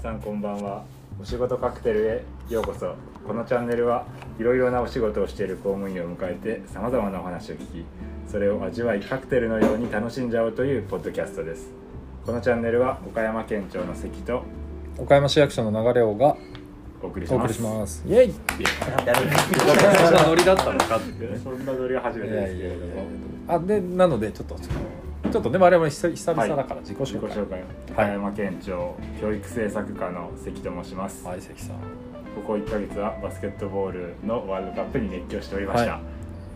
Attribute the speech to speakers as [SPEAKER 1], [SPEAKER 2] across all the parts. [SPEAKER 1] さんこんばんはお仕事カクテルへようこそこのチャンネルはいろいろなお仕事をしている公務員を迎えてさまざまなお話を聞きそれを味わいカクテルのように楽しんじゃおうというポッドキャストですこのチャンネルは岡山県庁の関と
[SPEAKER 2] 岡山市役所の流れをが
[SPEAKER 1] お送りし
[SPEAKER 2] お
[SPEAKER 1] ま
[SPEAKER 2] 送り
[SPEAKER 1] す
[SPEAKER 2] しますイエイ
[SPEAKER 3] そんなノリだったのかって
[SPEAKER 1] そんなノリは初め
[SPEAKER 2] い
[SPEAKER 1] て
[SPEAKER 2] や
[SPEAKER 1] です
[SPEAKER 2] い
[SPEAKER 1] け
[SPEAKER 2] や
[SPEAKER 1] れ
[SPEAKER 2] い
[SPEAKER 1] ど
[SPEAKER 2] や
[SPEAKER 1] も
[SPEAKER 2] あでなのでちょっとちょっとね我々久久々だから自己
[SPEAKER 1] 自己
[SPEAKER 2] 紹介
[SPEAKER 1] 紹介岡山県庁教育政策課の関と申します、
[SPEAKER 2] はい関さん
[SPEAKER 1] ここ1ヶ月はバスケットボールのワールドカップに熱狂しておりました、
[SPEAKER 2] はい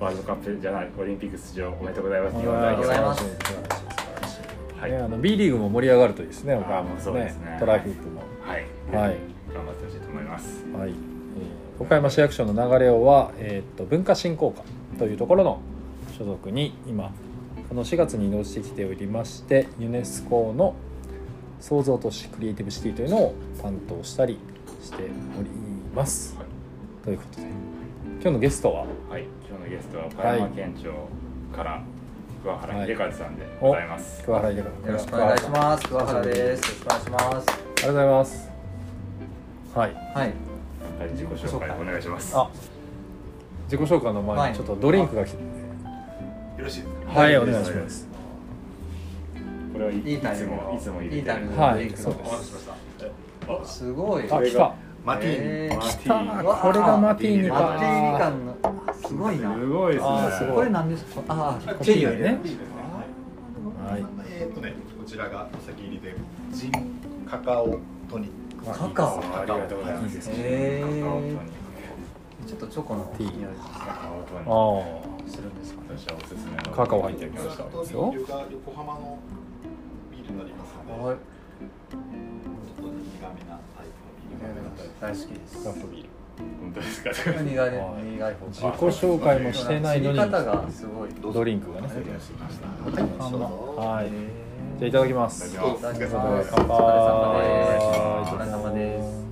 [SPEAKER 1] ワールドカップじゃないオリンピック出場おめでとうございます日
[SPEAKER 2] あ
[SPEAKER 1] 本
[SPEAKER 2] り
[SPEAKER 1] 代
[SPEAKER 2] がと
[SPEAKER 1] 表
[SPEAKER 2] うございます素晴らしい素晴らし
[SPEAKER 1] はいい、
[SPEAKER 2] ね
[SPEAKER 1] は
[SPEAKER 2] あの B リーグも盛り上がるといいですね
[SPEAKER 1] あー
[SPEAKER 2] 岡山も
[SPEAKER 1] そうですね
[SPEAKER 2] トライフープも
[SPEAKER 1] い
[SPEAKER 2] はい
[SPEAKER 1] 頑張ってほしいと思います
[SPEAKER 2] はい、えー岡山市役所の流れをは、えーっと文化振興課というところの所属に今この4月に移動してきておりましてユネスコの創造都市クリエイティブシティというのを担当したりしております。
[SPEAKER 1] はい
[SPEAKER 2] ということで今日のゲストは
[SPEAKER 1] はい今日のゲストは岡山県庁から桑原秀和さんでございます、
[SPEAKER 2] 桑原秀君
[SPEAKER 3] よろしくお願いします桑原ですよろしくお願いします
[SPEAKER 2] す。ありがとうございます。はい。
[SPEAKER 3] はい
[SPEAKER 1] はい、自己紹介お願いします
[SPEAKER 2] あ自己紹介の前にちょっとドリンクが来て、
[SPEAKER 1] よろしいですか
[SPEAKER 2] はい、お願いします。
[SPEAKER 1] これはい
[SPEAKER 3] いい
[SPEAKER 1] い
[SPEAKER 3] タイ
[SPEAKER 1] つ
[SPEAKER 3] ミング
[SPEAKER 1] もいつも入れてる
[SPEAKER 3] いいタイミング
[SPEAKER 2] は
[SPEAKER 3] リン
[SPEAKER 2] い、
[SPEAKER 3] ク
[SPEAKER 2] そう
[SPEAKER 3] の
[SPEAKER 2] で
[SPEAKER 4] お待たせ
[SPEAKER 2] す
[SPEAKER 4] し。ました。
[SPEAKER 1] あ
[SPEAKER 3] すごい
[SPEAKER 2] あ、来た。
[SPEAKER 4] マティー
[SPEAKER 3] え
[SPEAKER 4] ニ。
[SPEAKER 3] ー
[SPEAKER 1] マ
[SPEAKER 2] 来
[SPEAKER 1] ティ
[SPEAKER 2] た
[SPEAKER 1] ーニ
[SPEAKER 3] わあ
[SPEAKER 2] これがマティーニか
[SPEAKER 3] マティーニ感のあすごいな
[SPEAKER 1] すごいですね
[SPEAKER 2] あーすごい
[SPEAKER 3] これなんですかああ
[SPEAKER 2] チ
[SPEAKER 3] チ
[SPEAKER 2] ェ
[SPEAKER 3] ェ
[SPEAKER 2] リ
[SPEAKER 3] リ
[SPEAKER 2] ーを
[SPEAKER 3] ーを
[SPEAKER 2] 入れ
[SPEAKER 3] 入れ
[SPEAKER 2] る
[SPEAKER 3] る
[SPEAKER 2] はい
[SPEAKER 4] えーっとね、こちらがお先入りで、ジン、カカオ、トニック。
[SPEAKER 3] カカオ
[SPEAKER 1] ありがとうございま
[SPEAKER 2] いいですす
[SPEAKER 1] カ
[SPEAKER 2] ね
[SPEAKER 3] へー
[SPEAKER 1] カオトニッ
[SPEAKER 3] ちょっとチョコの
[SPEAKER 2] ティ
[SPEAKER 1] クい
[SPEAKER 2] ー
[SPEAKER 1] や。カカオトニック
[SPEAKER 2] ああ。
[SPEAKER 3] するんですか
[SPEAKER 1] 私はおすすめの
[SPEAKER 2] カカオ入ってる
[SPEAKER 4] こ
[SPEAKER 2] け
[SPEAKER 4] ち
[SPEAKER 2] ど
[SPEAKER 4] らとビールが横浜のビールになりますので、
[SPEAKER 3] はい
[SPEAKER 4] ちょっと苦めなタイプのビールが多かったり
[SPEAKER 3] 大好きです
[SPEAKER 2] ラップビール。
[SPEAKER 1] 本当ですか
[SPEAKER 3] 苦い苦い方
[SPEAKER 2] 自己紹介もしてないのに
[SPEAKER 3] 切り方がすごい
[SPEAKER 4] どうぞ
[SPEAKER 2] ドリンクがね。
[SPEAKER 4] 用意してきました。はい、どうぞ。
[SPEAKER 2] はい。じゃあい
[SPEAKER 3] だ
[SPEAKER 2] ただきます。
[SPEAKER 1] い
[SPEAKER 2] い
[SPEAKER 1] た
[SPEAKER 2] た
[SPEAKER 1] だきます
[SPEAKER 4] お疲れ様
[SPEAKER 3] き
[SPEAKER 4] で
[SPEAKER 3] ます
[SPEAKER 4] す
[SPEAKER 2] 乾杯
[SPEAKER 3] お疲れ
[SPEAKER 2] だきます
[SPEAKER 3] 様です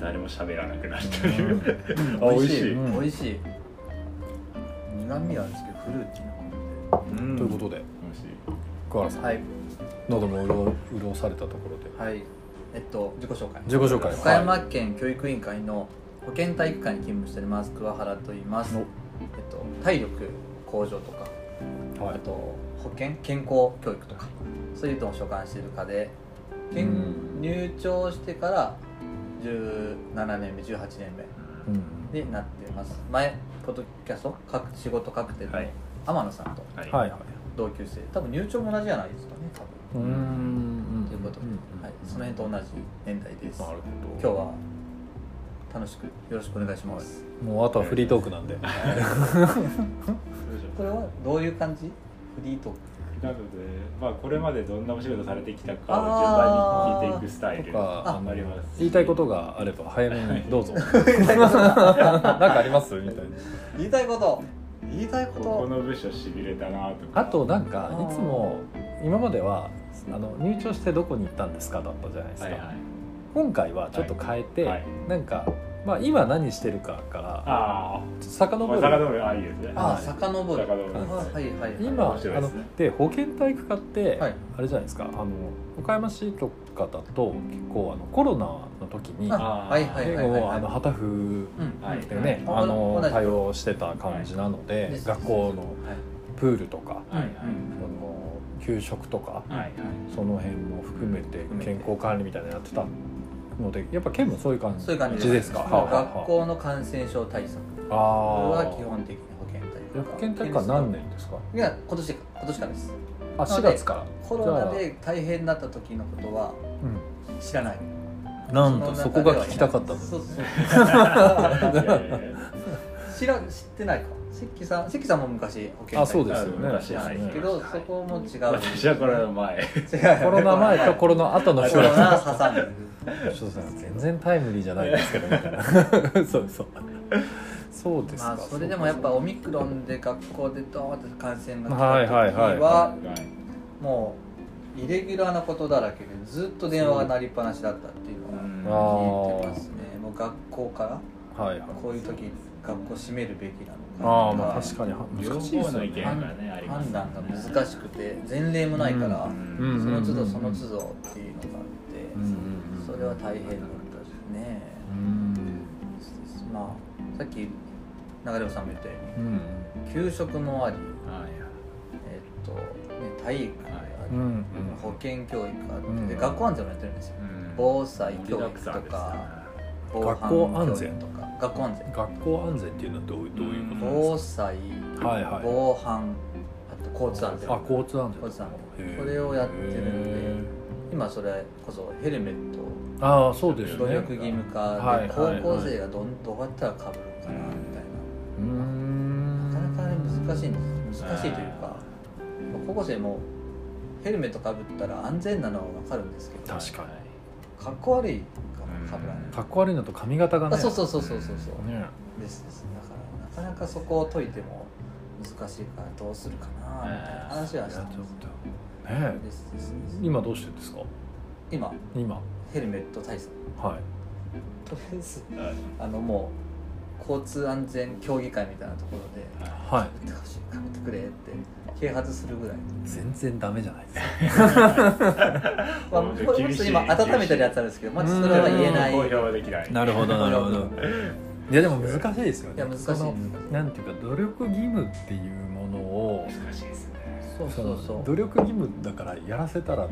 [SPEAKER 1] 誰も喋らなくなるという、
[SPEAKER 3] お
[SPEAKER 1] あ
[SPEAKER 3] 疲れ様で
[SPEAKER 1] 美味
[SPEAKER 3] す
[SPEAKER 1] しい、
[SPEAKER 2] うん
[SPEAKER 3] 美味しい苦味はあるんですけどフルーティーな感
[SPEAKER 2] ということで、
[SPEAKER 1] 美味しい
[SPEAKER 2] 桑原さ
[SPEAKER 3] じ
[SPEAKER 2] ん、
[SPEAKER 3] はい
[SPEAKER 2] 喉もうろうろされたところで、
[SPEAKER 3] はいえっと自己紹介
[SPEAKER 2] 自己紹介を
[SPEAKER 3] 岡山県教育委員会の保健体育会に勤務しております桑原と言います
[SPEAKER 2] お
[SPEAKER 3] えっと体力向上とか
[SPEAKER 2] は
[SPEAKER 3] あ
[SPEAKER 2] い。
[SPEAKER 3] と保健健康教育とかそういうのを所管している課で健
[SPEAKER 2] うん
[SPEAKER 3] 入庁してから17年目18年
[SPEAKER 2] うん。
[SPEAKER 3] 目になっています前ポッドキャストかく仕事確定の
[SPEAKER 1] はい
[SPEAKER 3] 天野さんと
[SPEAKER 1] はい
[SPEAKER 2] はいはい。
[SPEAKER 3] 同級生多分入庁も同じじゃないですかね多分
[SPEAKER 2] うーん。
[SPEAKER 3] ということで、はい、その辺と同じ年代です
[SPEAKER 2] なる
[SPEAKER 3] 今
[SPEAKER 2] ほ
[SPEAKER 3] 日
[SPEAKER 2] ど。
[SPEAKER 3] は楽しくよろしくお願いします、
[SPEAKER 2] もうあとはフリートークなんで。
[SPEAKER 3] これはどういう感じフリートーク
[SPEAKER 1] なので、まあ、これまでどんなお仕事されてきたかを順番に聞いていくスタイル
[SPEAKER 2] とか、あの
[SPEAKER 1] あります
[SPEAKER 2] 言いたいことがあれば早めにど うぞ。なんかありますみたいな。
[SPEAKER 3] 言いたいこと言いたいこ
[SPEAKER 1] ことこの部署しびれたなとか
[SPEAKER 2] あとなんか
[SPEAKER 3] あー
[SPEAKER 2] いつも今まではあの入庁してどこに行ったんですかだったじゃないですか、
[SPEAKER 1] はいはい
[SPEAKER 2] 今回はちょっと変えて、
[SPEAKER 1] はい
[SPEAKER 2] なんか、まあ、今何してるかから
[SPEAKER 1] あ
[SPEAKER 2] ちょっと
[SPEAKER 1] あ
[SPEAKER 2] 遡
[SPEAKER 1] ま
[SPEAKER 2] る
[SPEAKER 1] あ坂登るああいいですね
[SPEAKER 3] あ
[SPEAKER 2] は
[SPEAKER 3] あ
[SPEAKER 2] い
[SPEAKER 3] 遡る
[SPEAKER 1] 坂登る
[SPEAKER 3] あはいはいはい
[SPEAKER 2] 今
[SPEAKER 1] 面白
[SPEAKER 2] あ
[SPEAKER 1] いで
[SPEAKER 2] の
[SPEAKER 1] すね
[SPEAKER 2] で保健体育課って、
[SPEAKER 3] はい
[SPEAKER 2] あれじゃないですかあの岡山市とかだと結構あのコロナの時に
[SPEAKER 3] あ
[SPEAKER 2] 結
[SPEAKER 1] あー
[SPEAKER 3] はいはいはいはい
[SPEAKER 2] 構
[SPEAKER 3] はい
[SPEAKER 2] あの旗振
[SPEAKER 3] うん
[SPEAKER 1] はい
[SPEAKER 2] でね、
[SPEAKER 3] はい
[SPEAKER 2] あの
[SPEAKER 3] 同じ
[SPEAKER 2] 対応してた感じなので、
[SPEAKER 3] はい
[SPEAKER 2] 学校の
[SPEAKER 3] はい
[SPEAKER 2] プールとか、
[SPEAKER 1] はいはい
[SPEAKER 2] あの給食とか、
[SPEAKER 1] はいはい
[SPEAKER 2] その辺も含めて健康管理みたいなのやってたのでやっぱ県もそういう感じ
[SPEAKER 3] そういう感じ
[SPEAKER 2] ですか
[SPEAKER 3] もう
[SPEAKER 2] はいはい
[SPEAKER 3] 学校の感染症対策
[SPEAKER 2] は
[SPEAKER 3] はい
[SPEAKER 2] ああ
[SPEAKER 3] 基本的に保健体育
[SPEAKER 2] 保健体育館何年ですか
[SPEAKER 3] いや今年か今年からです
[SPEAKER 2] あ
[SPEAKER 3] なの
[SPEAKER 2] 4
[SPEAKER 3] で
[SPEAKER 2] 月から
[SPEAKER 3] コロナで大変になった時のことは知らない
[SPEAKER 2] うんなんとそこが聞きたかったの
[SPEAKER 3] そうそう
[SPEAKER 1] いやいやいや
[SPEAKER 3] 知ら知ってないか関さん関さんも昔保健
[SPEAKER 2] あそうです
[SPEAKER 1] あ
[SPEAKER 2] よね
[SPEAKER 1] 昔
[SPEAKER 3] 知らない
[SPEAKER 1] は
[SPEAKER 3] で
[SPEAKER 1] い
[SPEAKER 3] すけどそこも違う
[SPEAKER 1] 私 はこれの前
[SPEAKER 3] 違う
[SPEAKER 2] コロナ前とコ
[SPEAKER 3] ロ
[SPEAKER 2] ロナ後の
[SPEAKER 3] ナ
[SPEAKER 2] 人
[SPEAKER 3] コロ
[SPEAKER 2] が
[SPEAKER 3] ナ挟んでる
[SPEAKER 2] ちょっとさ全然タイムリーじゃないですけどみたいな そうそうそうです
[SPEAKER 3] ま
[SPEAKER 2] か
[SPEAKER 3] あそれでもやっぱオミクロンで学校でドーンと感染が来た時
[SPEAKER 2] はいはいはい
[SPEAKER 3] は
[SPEAKER 1] はい
[SPEAKER 3] もうイレギュラーなことだらけでずっと電話が鳴りっぱなしだったっていう
[SPEAKER 1] うん
[SPEAKER 3] のは聞いてますねもう学校から
[SPEAKER 2] はいはい
[SPEAKER 3] こういう時学校閉めるべきなの
[SPEAKER 2] ああまあ確かには
[SPEAKER 1] 両
[SPEAKER 2] 難しいで
[SPEAKER 1] 方
[SPEAKER 2] すよ
[SPEAKER 1] の意見
[SPEAKER 2] ね
[SPEAKER 1] がねあります
[SPEAKER 3] 判
[SPEAKER 1] からね
[SPEAKER 3] 断が難しくて前例もないから、
[SPEAKER 1] うん
[SPEAKER 2] うん
[SPEAKER 3] その都度その都度っていうのがあって、
[SPEAKER 2] うんうんうん
[SPEAKER 3] それは大変だったしね、
[SPEAKER 2] うん
[SPEAKER 3] まあさっき流れをさんも言ったよ
[SPEAKER 2] うん
[SPEAKER 3] うに給食もあ
[SPEAKER 1] はい
[SPEAKER 3] りえっと、ね、体育あり、
[SPEAKER 2] うんうん
[SPEAKER 3] 保健教育あって、
[SPEAKER 2] うん
[SPEAKER 3] で学校安全もやってるんですよ、
[SPEAKER 1] うん
[SPEAKER 3] 防災
[SPEAKER 1] 盛
[SPEAKER 3] 教
[SPEAKER 1] りだ
[SPEAKER 3] 育
[SPEAKER 1] く
[SPEAKER 3] と
[SPEAKER 1] さんですね
[SPEAKER 3] か防
[SPEAKER 2] 学
[SPEAKER 3] 犯
[SPEAKER 2] 校安
[SPEAKER 3] 教育
[SPEAKER 2] 全
[SPEAKER 3] とか学校安全
[SPEAKER 2] 学校安全っていうのはどうどういうことなん
[SPEAKER 3] 防
[SPEAKER 2] です
[SPEAKER 3] 災、
[SPEAKER 2] かはいはい
[SPEAKER 3] 防犯あと交通安全
[SPEAKER 2] あ交通安全
[SPEAKER 3] 交通安
[SPEAKER 2] へ
[SPEAKER 3] 全
[SPEAKER 2] え
[SPEAKER 3] これをやってる
[SPEAKER 2] へ
[SPEAKER 3] んで今それこそヘルメット
[SPEAKER 2] ああそうです
[SPEAKER 3] 努
[SPEAKER 2] ね
[SPEAKER 3] 力義務化
[SPEAKER 2] はい
[SPEAKER 3] で
[SPEAKER 2] はいはい
[SPEAKER 3] 高校生がどんどうやったらかぶるのかなみたいな。
[SPEAKER 2] うーん
[SPEAKER 3] なかなかね難しいんです難しいというか高校生もヘルメットかぶったら安全なのは分かるんですけど
[SPEAKER 2] 確か
[SPEAKER 3] かっこ悪いからかぶらない
[SPEAKER 1] うん
[SPEAKER 2] かっこ悪いのと髪型がね
[SPEAKER 3] あそうそうそうそうそうそう、
[SPEAKER 2] ね
[SPEAKER 3] ですですだからなかなかそこを解いても難しいからどうするかなみたいな話
[SPEAKER 2] いや
[SPEAKER 3] は
[SPEAKER 2] ち
[SPEAKER 3] して
[SPEAKER 2] ょっ
[SPEAKER 3] ます
[SPEAKER 2] とねえ
[SPEAKER 3] ですですです
[SPEAKER 2] 今どうしてるんですか
[SPEAKER 3] 今
[SPEAKER 2] 今
[SPEAKER 3] ヘルメット対策
[SPEAKER 2] はい
[SPEAKER 3] とりあえず
[SPEAKER 1] はいはい
[SPEAKER 3] あのもう交通安全協議会みたいなところで
[SPEAKER 2] は
[SPEAKER 3] 「かぶってほしいかぶってくれ」って啓発するぐらい
[SPEAKER 2] い全然ダメじゃないですか
[SPEAKER 3] まあ、もう
[SPEAKER 1] 厳しい
[SPEAKER 3] ちょっと今温めてるやつあるんですけど、まあ、ちょっとそれは言えない。い
[SPEAKER 1] 公表はできない
[SPEAKER 2] るほど
[SPEAKER 3] なるほど
[SPEAKER 2] いやでも難しいですよね
[SPEAKER 3] や、難しい。
[SPEAKER 2] そのなんていうか努力義務っていうものを
[SPEAKER 1] 難しいですね
[SPEAKER 3] そう
[SPEAKER 2] そ
[SPEAKER 3] そう
[SPEAKER 2] の
[SPEAKER 3] そう。
[SPEAKER 2] 努力義務だからやらせたら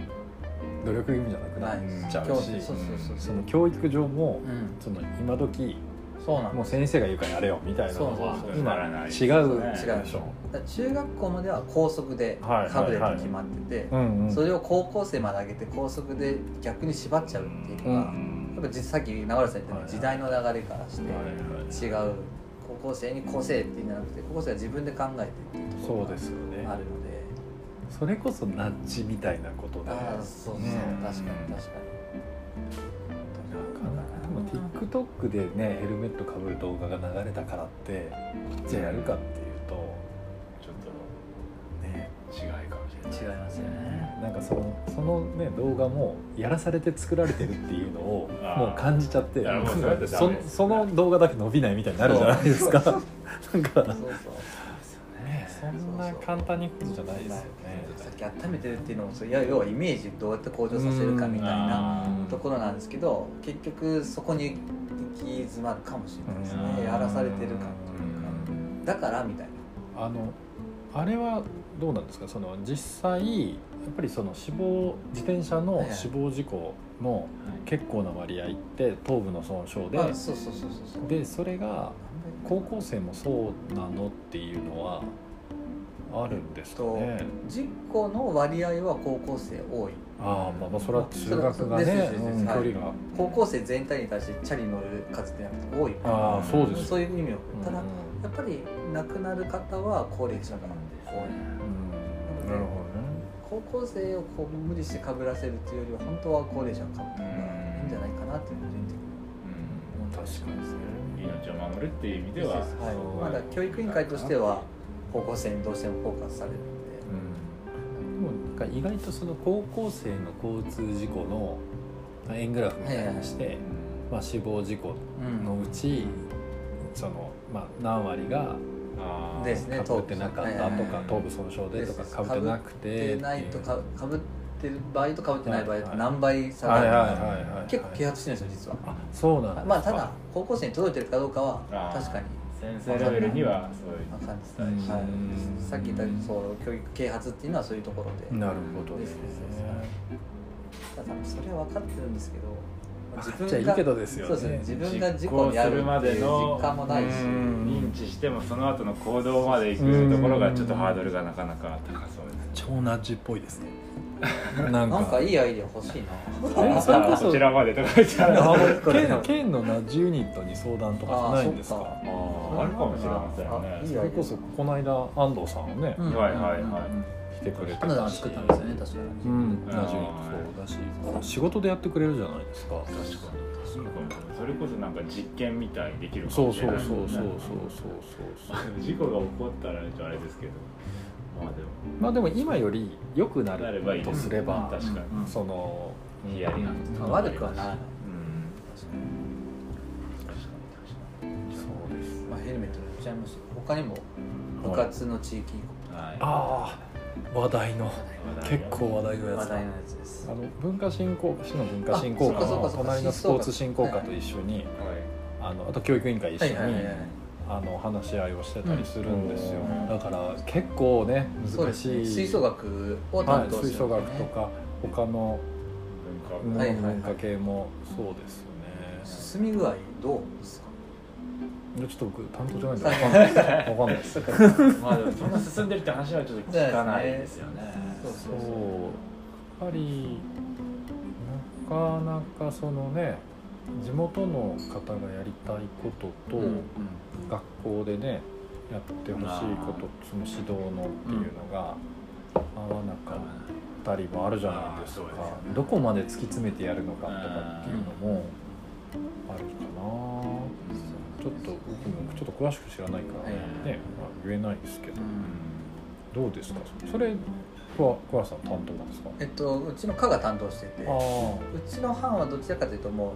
[SPEAKER 2] 努力義務じゃなくなっちゃう
[SPEAKER 3] 教
[SPEAKER 2] し、
[SPEAKER 3] そうそうそうそ。
[SPEAKER 2] そうの教育上も
[SPEAKER 3] うん、
[SPEAKER 2] その今時
[SPEAKER 3] そうなん
[SPEAKER 2] も
[SPEAKER 3] で
[SPEAKER 2] う
[SPEAKER 3] す。
[SPEAKER 2] 先生が言うからやれよみたいなのは
[SPEAKER 3] そうそうそう
[SPEAKER 2] 今
[SPEAKER 1] ならない
[SPEAKER 2] 違う
[SPEAKER 3] 違う
[SPEAKER 2] でしょ
[SPEAKER 3] だから中学校までは校則で
[SPEAKER 2] はい
[SPEAKER 3] かぶれと決まってて、
[SPEAKER 2] うんうん
[SPEAKER 3] それを高校生まで上げて校則で逆に縛っちゃうっていうのが、
[SPEAKER 2] う
[SPEAKER 3] やっぱ実さっき流れさん言ったように、
[SPEAKER 2] はいはい
[SPEAKER 3] 時代の流れからして、
[SPEAKER 1] はいはい
[SPEAKER 3] 違う高校生に個性っていうんじゃなくて高校生は自分で考えてっていうとこ
[SPEAKER 2] そ
[SPEAKER 3] ろ
[SPEAKER 2] う
[SPEAKER 3] が
[SPEAKER 2] ですよね
[SPEAKER 3] あるので、
[SPEAKER 2] それこそナッジみたいなことでな
[SPEAKER 3] あ
[SPEAKER 2] か
[SPEAKER 3] あそうそう、
[SPEAKER 2] ね
[SPEAKER 3] 確かに確かに。
[SPEAKER 2] なかでも TikTok でねヘルメットかぶる動画が流れたからってじゃあやるかっていうと
[SPEAKER 1] ちょっ
[SPEAKER 2] ね
[SPEAKER 1] と違いかもしれない
[SPEAKER 3] 違いますよね
[SPEAKER 2] なんかそのその、ね、動画もやらされて作られてるっていうのを
[SPEAKER 1] あー
[SPEAKER 2] もう感じちゃって
[SPEAKER 1] いやもうそれだってダメ
[SPEAKER 2] そ
[SPEAKER 1] です
[SPEAKER 2] その動画だけ伸びないみたいになるじゃないですかなんか
[SPEAKER 3] そうそう
[SPEAKER 2] ねそんな簡単にいくことじゃないですよね
[SPEAKER 3] さっき温めてるっていうのもそういや要はイメージどうやって向上させるかみたいな
[SPEAKER 1] うん
[SPEAKER 3] ところなんですけど結局そこに行き詰まるかもしれないです
[SPEAKER 1] う
[SPEAKER 3] ね
[SPEAKER 1] ん
[SPEAKER 3] やらされてる感と
[SPEAKER 1] う
[SPEAKER 3] いうか
[SPEAKER 1] ん
[SPEAKER 3] だからみたい
[SPEAKER 2] あのあれはどうなんですかその実際やっぱりその死亡自転車の死亡事故の結構な割合って頭部の損傷で
[SPEAKER 3] なあそうそうそうそうそう
[SPEAKER 2] でそれが
[SPEAKER 3] なんで
[SPEAKER 2] 高校生もそうなのっていうのはあるんですかね、
[SPEAKER 3] 事故の割合は高校生多い
[SPEAKER 2] ああまあまあそれは中学がね
[SPEAKER 3] そうですそうです
[SPEAKER 2] うん距離が、
[SPEAKER 3] 高校生全体に対してチャリ乗る数ってなくて多い
[SPEAKER 2] ああそうです
[SPEAKER 3] そういう意味を
[SPEAKER 2] うん
[SPEAKER 3] ただやっぱり亡くなる方は高齢者が多い
[SPEAKER 2] うんなるほどね
[SPEAKER 3] 高校生をこう無理して被らせるというよりは本当は高齢者を被った方がいいんじゃないかなっていう個人的に
[SPEAKER 2] 確かにですね
[SPEAKER 1] 命を守るっていう意味では
[SPEAKER 3] はいまだ教育委員会としては高校生にどうしてもフォーカスされるんで
[SPEAKER 2] でもなんか意外とその高校生の交通事故の円グラフみたいにして、まあ、死亡事故のうち、そのまあ、何割が
[SPEAKER 1] あー
[SPEAKER 3] ですね
[SPEAKER 2] かぶってなかっ
[SPEAKER 3] 頭
[SPEAKER 2] たと
[SPEAKER 3] 部はいはい
[SPEAKER 2] か、
[SPEAKER 1] はい
[SPEAKER 2] 頭部損傷でとか
[SPEAKER 3] です
[SPEAKER 2] かぶってなくて
[SPEAKER 3] でないと
[SPEAKER 2] っ
[SPEAKER 3] か被ってる場合と被ってない場合と何倍
[SPEAKER 2] てい
[SPEAKER 3] 差
[SPEAKER 2] う
[SPEAKER 3] が
[SPEAKER 2] は
[SPEAKER 3] あ
[SPEAKER 2] い
[SPEAKER 3] る
[SPEAKER 2] は
[SPEAKER 3] か
[SPEAKER 2] い
[SPEAKER 3] ら
[SPEAKER 2] はいはい
[SPEAKER 3] 結構啓発してるんですよ実
[SPEAKER 2] あそうなんで
[SPEAKER 3] は
[SPEAKER 2] す
[SPEAKER 3] まあただ高校生に届いてるかどうかは
[SPEAKER 1] あー
[SPEAKER 3] 確かに
[SPEAKER 1] 先生レベルにはそういう
[SPEAKER 3] 分かんないです
[SPEAKER 1] うん
[SPEAKER 3] はいさっき言ったそう教育啓発っていうのはそういうところで
[SPEAKER 2] なるほどね
[SPEAKER 3] ですですですただ多分それは分かってるんですけど
[SPEAKER 2] 分
[SPEAKER 3] 自
[SPEAKER 2] かっちゃい
[SPEAKER 3] 分
[SPEAKER 2] い
[SPEAKER 3] が
[SPEAKER 2] けどですよ
[SPEAKER 3] そう
[SPEAKER 2] ね
[SPEAKER 3] ですね自分が事
[SPEAKER 1] 実
[SPEAKER 3] 故
[SPEAKER 1] 行
[SPEAKER 3] に遭
[SPEAKER 1] す
[SPEAKER 3] う
[SPEAKER 1] るま
[SPEAKER 3] ってい
[SPEAKER 1] で
[SPEAKER 3] う
[SPEAKER 1] の
[SPEAKER 3] 実感もないし
[SPEAKER 1] うん認知してもその後の行動まで行くところがちょっとハードルがなかなか高そうです
[SPEAKER 2] 超ナッジっぽいですねなんか
[SPEAKER 3] なんか いいアイデア欲しい
[SPEAKER 2] え
[SPEAKER 3] な
[SPEAKER 2] それこそ
[SPEAKER 1] こちらまでとか言ったらあ
[SPEAKER 2] あ
[SPEAKER 3] れ
[SPEAKER 2] の県県のナッジユニットに相談とかしないんです
[SPEAKER 3] あー
[SPEAKER 2] か
[SPEAKER 3] そっか
[SPEAKER 1] ーあるかもしれません
[SPEAKER 3] あいい
[SPEAKER 1] ね
[SPEAKER 2] それこそこの間安藤さんをね、
[SPEAKER 3] うん
[SPEAKER 1] はいはいはい
[SPEAKER 2] 来てくれて
[SPEAKER 3] カナダが作ったんですよね確か
[SPEAKER 2] う
[SPEAKER 3] に
[SPEAKER 2] ん、ナジュそうだし仕事でやってくれるじゃないですか確
[SPEAKER 1] 確かにそうかもしれないそれこそなんか実験みたいにできるか
[SPEAKER 2] そ
[SPEAKER 1] も
[SPEAKER 2] う
[SPEAKER 1] し
[SPEAKER 2] そ
[SPEAKER 1] れ
[SPEAKER 2] う
[SPEAKER 1] な
[SPEAKER 2] そ
[SPEAKER 1] いう
[SPEAKER 2] そうそうそうそう
[SPEAKER 1] まあでも事故が起こったらちょっとあれですけどまあでも
[SPEAKER 2] まあでも今より良くな
[SPEAKER 1] なればいい
[SPEAKER 2] るとすれば
[SPEAKER 1] 確かに
[SPEAKER 2] その
[SPEAKER 1] ヒヤリが
[SPEAKER 3] まあ悪くはない
[SPEAKER 1] うん
[SPEAKER 3] 確かに
[SPEAKER 1] 確かに確かに
[SPEAKER 2] そうです
[SPEAKER 3] まあヘルメットでやっちゃいますよ他にも部活の地域
[SPEAKER 4] は
[SPEAKER 2] ああ話題の
[SPEAKER 4] い
[SPEAKER 2] 結構話題のや
[SPEAKER 3] 話
[SPEAKER 2] つだ
[SPEAKER 3] 題のやつです
[SPEAKER 2] あの文化振興課市の文化振興課
[SPEAKER 3] あそう
[SPEAKER 2] の
[SPEAKER 3] かそうかそうか
[SPEAKER 2] 隣のスポーツ振興課と一緒に
[SPEAKER 4] はい
[SPEAKER 2] あのあと教育委員会一緒に
[SPEAKER 3] はいはいはいはい
[SPEAKER 2] あの話し合いをしてたりするんですよ、
[SPEAKER 3] うん
[SPEAKER 2] だから結構ね
[SPEAKER 3] そう
[SPEAKER 2] 難
[SPEAKER 3] です
[SPEAKER 2] し
[SPEAKER 3] ね
[SPEAKER 2] い
[SPEAKER 3] 吹奏楽を
[SPEAKER 2] は
[SPEAKER 3] 担
[SPEAKER 2] い
[SPEAKER 3] 当してるん
[SPEAKER 2] 吹
[SPEAKER 3] です
[SPEAKER 2] 奏
[SPEAKER 3] よね
[SPEAKER 2] 楽とか他の
[SPEAKER 1] 文
[SPEAKER 2] 文
[SPEAKER 1] 化
[SPEAKER 3] はいはいはい
[SPEAKER 2] 化系もそうですよね、
[SPEAKER 3] 進み具合どうですか
[SPEAKER 2] いやちょっと僕担当じゃないんで分かんないです分かんないです
[SPEAKER 1] 部まあでもそんな進んでるって話はちょっと聞かないですよね
[SPEAKER 3] そう
[SPEAKER 2] そ
[SPEAKER 3] そううそう
[SPEAKER 2] やっぱりなかなかそのね地元の方がやりたいことと、
[SPEAKER 3] うん
[SPEAKER 2] 学校でねやってほしいことその指導のっていうのが合わなかったりもあるじゃないですか
[SPEAKER 4] あーそうですね
[SPEAKER 2] どこまで突き詰めてやるのかとかっていうのもあるかな。ちょっと僕もちょっと詳しく知らないからね、
[SPEAKER 4] はい
[SPEAKER 2] まあ、言えないですけど
[SPEAKER 3] うん
[SPEAKER 2] どうですかそれは桑原さん担当なんですか
[SPEAKER 3] えっとうちの課が担当してて
[SPEAKER 2] あー
[SPEAKER 3] うちの班はどちらかというともう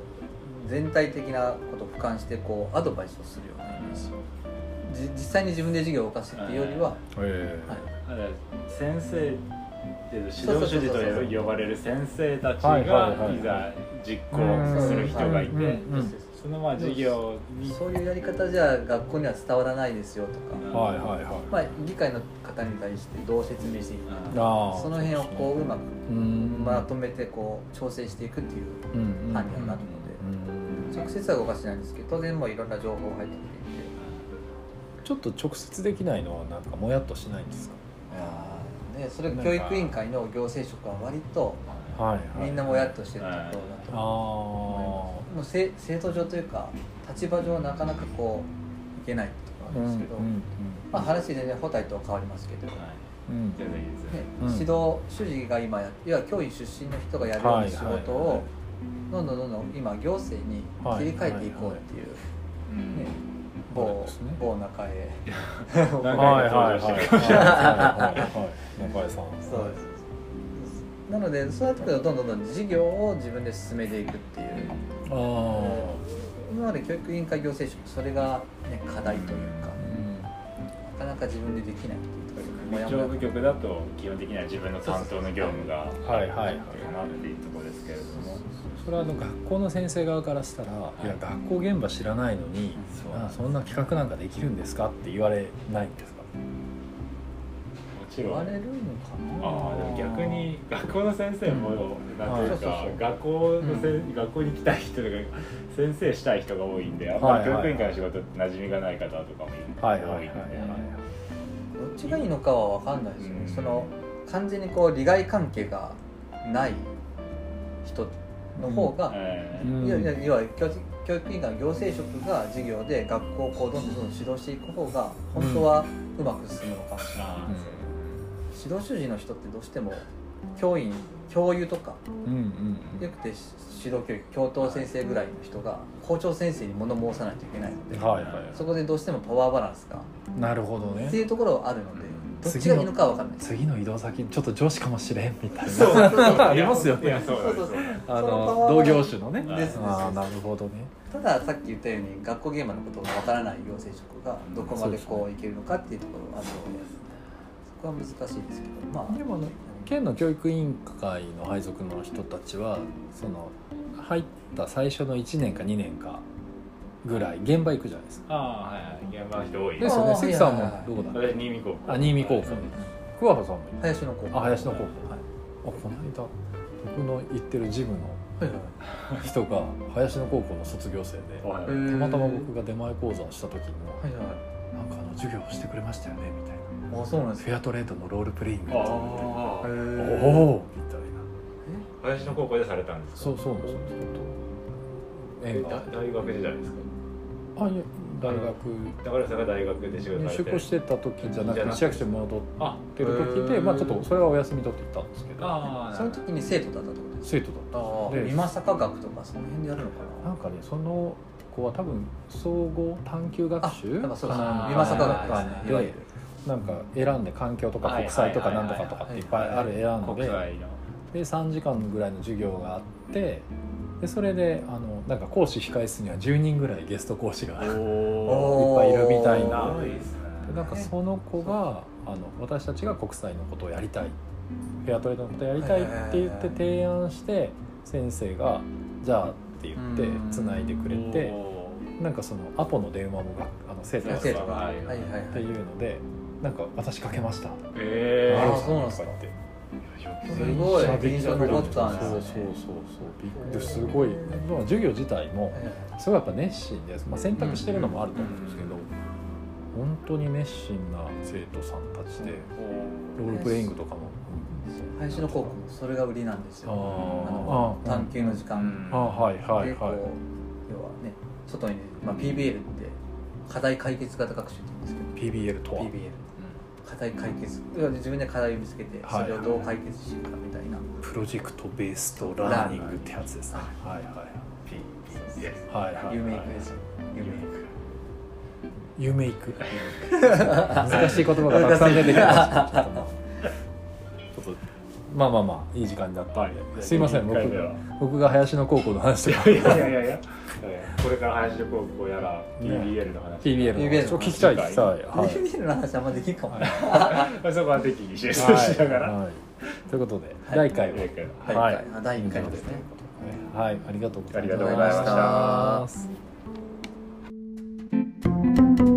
[SPEAKER 3] 全体的なことを俯瞰してこうアドバイスをするようなイメージじ実際に自分で授業を動かすっていうよりは、
[SPEAKER 2] え
[SPEAKER 3] はい
[SPEAKER 1] だから先生っていう指導主事と呼ばれる先生たちが
[SPEAKER 2] はい
[SPEAKER 1] い
[SPEAKER 2] はいはい
[SPEAKER 1] ざ実行する人がい
[SPEAKER 2] うんうん
[SPEAKER 1] て
[SPEAKER 2] うん
[SPEAKER 1] そのまあ授業に
[SPEAKER 3] そういうやり方じゃ学校には伝わらないですよと
[SPEAKER 2] ー
[SPEAKER 3] か、
[SPEAKER 2] はいはいはい
[SPEAKER 3] まあ、議会の方に対してどう説明していいかとか
[SPEAKER 2] あー
[SPEAKER 3] その辺をこううまく
[SPEAKER 2] ううん
[SPEAKER 3] まとめてこう調整していくっていう
[SPEAKER 2] うんうん
[SPEAKER 3] 班にはなるので、
[SPEAKER 2] うん
[SPEAKER 3] 直接は動かしてないんですけど当然もういろんな情報が入ってきていて
[SPEAKER 2] ちょっと直接できないのはなんかもやっとしないんです
[SPEAKER 3] あーねそれ教育委員会の行政職は割と
[SPEAKER 2] かはい
[SPEAKER 3] みんなもやっとしてるところだと
[SPEAKER 2] ああ
[SPEAKER 3] もうせ生徒上というか立場上なかなかこういけないところなんですけど、まあ、話全然補体とは変わりますけど、ね
[SPEAKER 2] うん
[SPEAKER 1] 全然いいですよね
[SPEAKER 2] うん
[SPEAKER 3] 指導主事が今や要は教員出身の人がやるような仕事
[SPEAKER 2] はいはいはい
[SPEAKER 3] をどんどんどんどん今行政に切り替えていこうっていう、ね
[SPEAKER 2] そう
[SPEAKER 3] 某
[SPEAKER 2] ですね
[SPEAKER 3] 某中へ
[SPEAKER 1] なんか
[SPEAKER 2] はいはいはいはいはい中井さん
[SPEAKER 3] そうですなのでそうやってくるとどんどんどんどん事業を自分で進めていくっていう
[SPEAKER 2] ああ
[SPEAKER 3] 今まで教育委員会行政職それが、ね、課題というか、
[SPEAKER 2] うん
[SPEAKER 3] なかなか自分でできないっていうところでもやもや
[SPEAKER 1] 上部局だと基本的には自分の担当の業務が
[SPEAKER 2] はいはいはい
[SPEAKER 1] かなっていうところですけれども
[SPEAKER 2] それはあの学校の先生側からしたら、い、や学校現場知らないのに
[SPEAKER 1] そう
[SPEAKER 2] あそんな企画なんかできるんですかって言われないんですか
[SPEAKER 1] もち
[SPEAKER 3] 言
[SPEAKER 1] ろ
[SPEAKER 3] わ
[SPEAKER 1] ん
[SPEAKER 3] れるの
[SPEAKER 1] あ
[SPEAKER 3] か
[SPEAKER 1] ーでも逆に学校の先生も、なんていうか、
[SPEAKER 3] はいそうそうそう
[SPEAKER 1] 学校のせ、学校に来たい人とか先生したい人が多いんであんま
[SPEAKER 2] はい
[SPEAKER 1] り
[SPEAKER 2] はい
[SPEAKER 1] 教
[SPEAKER 2] はい
[SPEAKER 1] 育委員会の仕事って馴染みがない方とかも
[SPEAKER 2] はい
[SPEAKER 1] い
[SPEAKER 2] はいは
[SPEAKER 1] 多い
[SPEAKER 2] い
[SPEAKER 1] ん
[SPEAKER 2] は
[SPEAKER 1] で
[SPEAKER 3] などっちがいいのかは分かんないですよね、
[SPEAKER 1] うん
[SPEAKER 3] その完全にこう利害関係がない人の方が、
[SPEAKER 1] え
[SPEAKER 2] い、
[SPEAKER 1] ー
[SPEAKER 3] いやいや要は教教育委員会の行政職が授業で学校をこうどんどんどんどん指導していく方が本当はうまく進むのかもしれない、
[SPEAKER 1] あ
[SPEAKER 3] 指導主事の人ってどうしても教員教諭とか
[SPEAKER 2] うんうん
[SPEAKER 3] よくてし指導教育教頭先生ぐらいの人が校長先生に物申さないといけないので、
[SPEAKER 2] うんはいは
[SPEAKER 3] そこでどうしてもパワーバランスが
[SPEAKER 2] いなるほど
[SPEAKER 3] って
[SPEAKER 2] ね
[SPEAKER 3] いうところはあるの
[SPEAKER 1] う
[SPEAKER 3] で
[SPEAKER 1] ん
[SPEAKER 3] どっちがいいのかは分かんないです
[SPEAKER 2] 次の移動先ちょっと上司かもしれんみた
[SPEAKER 1] ー
[SPEAKER 2] いな
[SPEAKER 1] そうそうそう
[SPEAKER 2] ありますよ
[SPEAKER 1] いや
[SPEAKER 2] ね
[SPEAKER 1] そうなんですよ
[SPEAKER 2] あ
[SPEAKER 3] そのパ
[SPEAKER 2] の
[SPEAKER 3] ワー
[SPEAKER 2] 同
[SPEAKER 3] は
[SPEAKER 2] 業種のね
[SPEAKER 1] はい
[SPEAKER 3] ですです
[SPEAKER 2] ああなるほどね
[SPEAKER 3] たださっき言ったように学校現場のことが分からない行政職がどこまでこういけるのかっていうところはあるのでそこは難しいですけどまあ
[SPEAKER 2] でもあの県の教育委員会の配属の人たちはその入った最初の1年か2年かぐらい現場行くじゃないですか
[SPEAKER 1] あーはいはい現場の人多い
[SPEAKER 2] で
[SPEAKER 1] ですす
[SPEAKER 2] よね
[SPEAKER 3] あー
[SPEAKER 2] 関さん
[SPEAKER 3] はいはいはい
[SPEAKER 2] もどこだっけ
[SPEAKER 1] 私新見高校
[SPEAKER 2] あ新見高校桑原さんもいる
[SPEAKER 3] 林の高校
[SPEAKER 2] あ林野高校
[SPEAKER 3] はい
[SPEAKER 2] あこの間僕の行ってるジムの
[SPEAKER 3] はいはい
[SPEAKER 2] 人が林野高校の卒業生で
[SPEAKER 1] はい
[SPEAKER 3] えー
[SPEAKER 2] たまたま僕が出前講座をした時にも
[SPEAKER 3] はいはい
[SPEAKER 2] 「なんかあの授業してくれましたよね」みたいな
[SPEAKER 3] あそうな
[SPEAKER 2] 「
[SPEAKER 3] んです
[SPEAKER 2] フェアトレードのロールプレイング」
[SPEAKER 1] あ
[SPEAKER 3] へ
[SPEAKER 1] あ
[SPEAKER 2] お
[SPEAKER 3] ー
[SPEAKER 2] おーみたいな
[SPEAKER 1] 林の高校でされたんですか
[SPEAKER 2] そうそうなんですよ
[SPEAKER 1] え
[SPEAKER 2] 縁
[SPEAKER 1] だ
[SPEAKER 2] が
[SPEAKER 1] 大学時代ですか
[SPEAKER 2] あいや大学
[SPEAKER 1] 高田さんが大学で仕事され
[SPEAKER 2] 出
[SPEAKER 1] て
[SPEAKER 2] 向してた時じゃなく
[SPEAKER 1] じゃなく
[SPEAKER 2] て
[SPEAKER 1] て
[SPEAKER 2] 市役所に戻っ
[SPEAKER 1] あ
[SPEAKER 2] てる時
[SPEAKER 3] へ
[SPEAKER 2] で
[SPEAKER 3] ー
[SPEAKER 2] まあちょっとそれはお休み取って行ったんですけど
[SPEAKER 1] あー
[SPEAKER 3] その時に生徒だったってことです
[SPEAKER 2] 生徒だった
[SPEAKER 3] ああ
[SPEAKER 2] で
[SPEAKER 3] 今坂学とかその辺でやるのかな
[SPEAKER 2] なんかねその子は多分総合探究学習
[SPEAKER 3] なんかそうです
[SPEAKER 1] あー
[SPEAKER 3] 美馬坂学です
[SPEAKER 2] なんか
[SPEAKER 3] ねいわゆる
[SPEAKER 2] なんか選んで環境とか国際とかなんとかとかっていっぱいある選ん
[SPEAKER 1] 国
[SPEAKER 2] で
[SPEAKER 1] 際の
[SPEAKER 2] で3時間ぐらいの授業があってでそれであのなんか講師控え室には10人ぐらいゲスト講師がいっ
[SPEAKER 1] お
[SPEAKER 3] お
[SPEAKER 1] お
[SPEAKER 3] ー
[SPEAKER 2] ぱいいるみたい
[SPEAKER 1] す
[SPEAKER 2] な
[SPEAKER 1] ごいですね
[SPEAKER 2] でなんかその子があの私たちが国際のことをやりたいフェアトレードのことをやりたいって言って提案して先生が「じゃあ」って言って
[SPEAKER 3] うん
[SPEAKER 2] つないでくれて
[SPEAKER 5] お
[SPEAKER 2] なんかそのアポの電話もがあの生徒が
[SPEAKER 3] 生
[SPEAKER 2] っ
[SPEAKER 3] 徒が
[SPEAKER 5] はい
[SPEAKER 3] はいはい
[SPEAKER 2] て
[SPEAKER 3] はい
[SPEAKER 2] いうのでなんか私かけました。
[SPEAKER 5] ーえ
[SPEAKER 2] あ
[SPEAKER 3] あ
[SPEAKER 2] ら
[SPEAKER 3] ーそうなんですか
[SPEAKER 2] と言って
[SPEAKER 3] すごい印象に残っ
[SPEAKER 2] そう
[SPEAKER 3] たんです
[SPEAKER 2] そうそう
[SPEAKER 3] ね
[SPEAKER 2] そうびっくりですごいまあ授業自体もすごいやっぱ熱心で、まあ、選択してるのもあると思うんですけど、本当に熱心な生徒さんたちで、
[SPEAKER 5] ーお
[SPEAKER 2] ロールプレイングとかも、
[SPEAKER 3] 林の高校もそれが売りなんですよ
[SPEAKER 2] あー
[SPEAKER 3] あの
[SPEAKER 2] あー
[SPEAKER 3] 探究の時間
[SPEAKER 2] あはいはい
[SPEAKER 3] でこう
[SPEAKER 2] はい
[SPEAKER 3] 要はね外に、まあ、PBL って課題解決型学習って言うんですけ
[SPEAKER 2] PBL と
[SPEAKER 3] ど
[SPEAKER 2] は
[SPEAKER 3] PBL 課題解決要は自分で課題を見つけて
[SPEAKER 2] はい
[SPEAKER 3] それをどう解決していくかみたいな、
[SPEAKER 2] プロジェクトベースとラーニングってやつですねはいは
[SPEAKER 4] PBS
[SPEAKER 2] いはいはい
[SPEAKER 3] 有名句ですよ有名句
[SPEAKER 2] 有名句難しい言葉がたくさん出てきましたちょっと
[SPEAKER 5] ちょっと
[SPEAKER 2] まあまあまあまあいい時間になったんで、
[SPEAKER 1] はい
[SPEAKER 2] すいません僕
[SPEAKER 1] 一回目は
[SPEAKER 2] 僕が林の高校の話と か
[SPEAKER 1] いやいやいやいやこれから林高校やら PBL の話
[SPEAKER 2] PBL の
[SPEAKER 3] PBL
[SPEAKER 2] 話を聞きたいですはいはい
[SPEAKER 3] PBL の話あんまできるかも、ね
[SPEAKER 1] そこは適宜 収集しながら
[SPEAKER 2] はい、ということで、第1回は
[SPEAKER 1] ええけど
[SPEAKER 3] 第一
[SPEAKER 2] はい
[SPEAKER 3] 回あ第1回ですね、
[SPEAKER 2] はい、ありがとうござ
[SPEAKER 1] あ
[SPEAKER 2] いました
[SPEAKER 1] りがとうございました